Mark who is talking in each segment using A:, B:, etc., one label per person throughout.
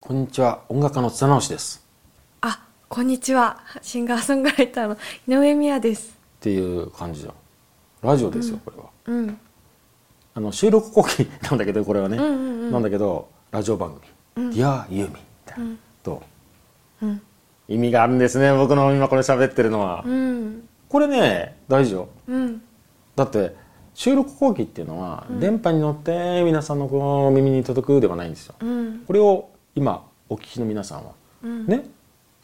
A: こんにちは音楽家の津田直志です
B: あ、こんにちは。シンガーソングライターの井上美也です。
A: っていう感じじゃんラジオですよ、これは
B: うん。
A: あの収録後期なんだけどこれはね、
B: んうんうん
A: なんだけどラジオ番組「ディアユーミン」みたいな、と
B: うん。
A: 意味があるんですね僕の今これ喋ってるのは、
B: うん。
A: これね大事よ
B: うん。
A: だって収録後期っていうのは、電波に乗って皆さんのこう耳に届くではないんですよ、
B: うん。
A: これを今お聞きの皆さんは、
B: うん
A: ね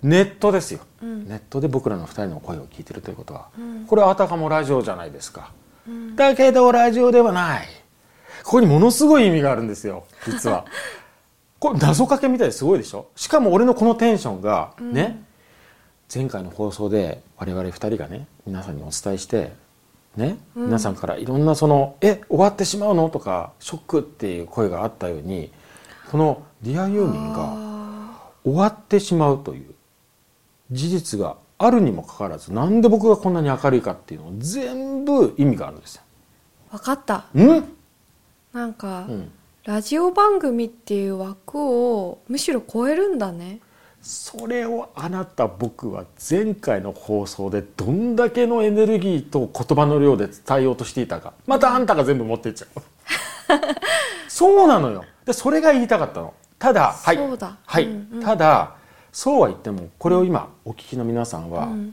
A: ネットですよ、
B: うん
A: ネットで僕らの2人の声を聞いてるということは、
B: うん
A: これはあたかもラジオじゃないですか、
B: うん
A: だけどラジオではないここにものすごい意味があるんですよ実 はこれ謎かけみたいですごいでしょしかも俺のこのテンションがね、前回の放送で我々2人がね皆さんにお伝えしてね、
B: うん
A: 皆さんからいろんなその「え終わってしまうの?」とか「ショック」っていう声があったようにこの「ディア・ユーミン」が
B: あ
A: 終わってしまうという事実があるにもかかわらずなんで僕がこんなに明るいかっていうのを全部意味があるんですよ。
B: ーわかった。
A: うん
B: なんか、
A: うん
B: ラジオ番組っていう枠をむしろ超えるんだね。
A: それをあなた僕は前回の放送でどんだけのエネルギーと言葉の量で伝えようとしていたかまたあんたが全部持ってっちゃ うそうなのよでそれが言いたかったのただはい
B: そうだ
A: はい
B: うんうん
A: ただそうは言ってもこれを今お聞きの皆さん
B: う
A: は
B: ん。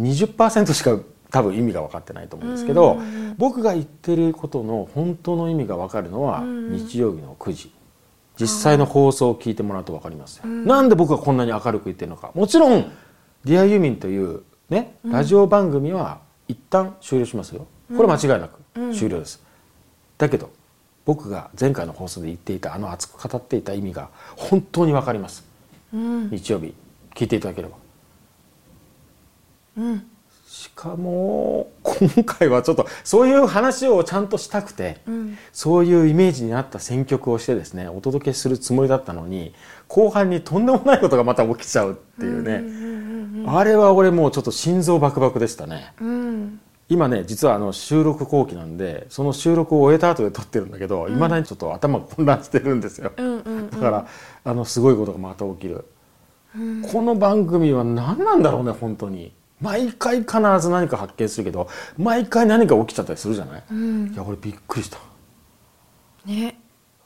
A: 20%しか多分意味が分かってないと思うんですけど、
B: うんうんうん
A: 僕が言ってることの本当の意味が分かるのは
B: うんうん
A: 日曜日の9時実際の放送を聞いてもらうと分かりますよ、
B: うん
A: なんで僕がこんなに明るく言ってるのかもちろん「ディアユーミンというねラジオ番組は一旦終了しますよこれ間違いな
B: うん
A: く終了です、だけど僕が前回の放送で言っていたあの熱く語っていた意味が本当に分かります
B: うん。
A: 日曜日聞いていただければ
B: うん。
A: しかも今回はちょっとそういう話をちゃんとしたくて、
B: うん。
A: そういうイメージになった選曲をしてですねお届けするつもりだったのに後半にとんでもないことがまた起きちゃうっていう
B: うん
A: ね、
B: うん
A: あれは俺もうちょっと心臓バクバクでしたね
B: うん。うん。
A: 今ね実はあの収録後期なんでその収録を終えた後で撮ってるんだけどいま、未だにちょっと頭が混乱してるんですよ、
B: うんうん
A: だからあのすごいことがまた起きる、
B: うん
A: この番組は何なんだろうね本当に毎回必ず何か発見するけど毎回何か起きちゃったりするじゃない、
B: うん
A: いや俺びっくりした
B: ね。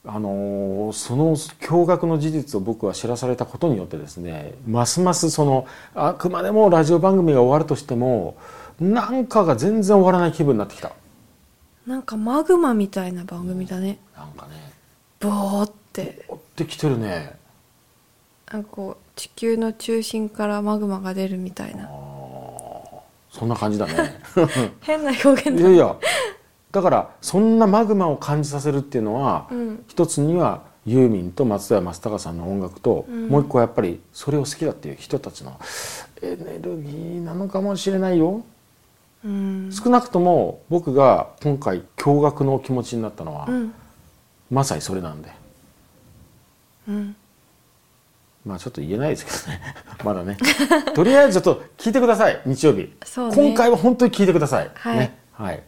A: あのーその驚愕の事実を僕は知らされたことによってですねますますそのあくまでもラジオ番組が終わるとしてもなんかが全然終わらない気分になってきた
B: なんかマグマみたいな番組だね。
A: なんかね
B: ボーって。
A: 追ってきてるね
B: なんかこう地球の中心からマグマが出るみたいな
A: そんな感じだね
B: 変な表現
A: い
B: だ
A: やいやだからそんなマグマを感じさせるっていうのは、
B: うん
A: 一つにはユーミンと松任谷正隆さんの音楽と、
B: うん
A: もう一個はやっぱりそれを好きだっていう人たちのエネルギーなのかもしれないよ
B: うん
A: 少なくとも僕が今回驚愕の気持ちになったのは、
B: うん
A: まさにそれなんで
B: うん
A: まあちょっと言えないですけどね まだねとりあえずちょっと聞いてください日曜日、
B: そうね
A: 今回は本当に聞いてください、
B: はい
A: ねはい、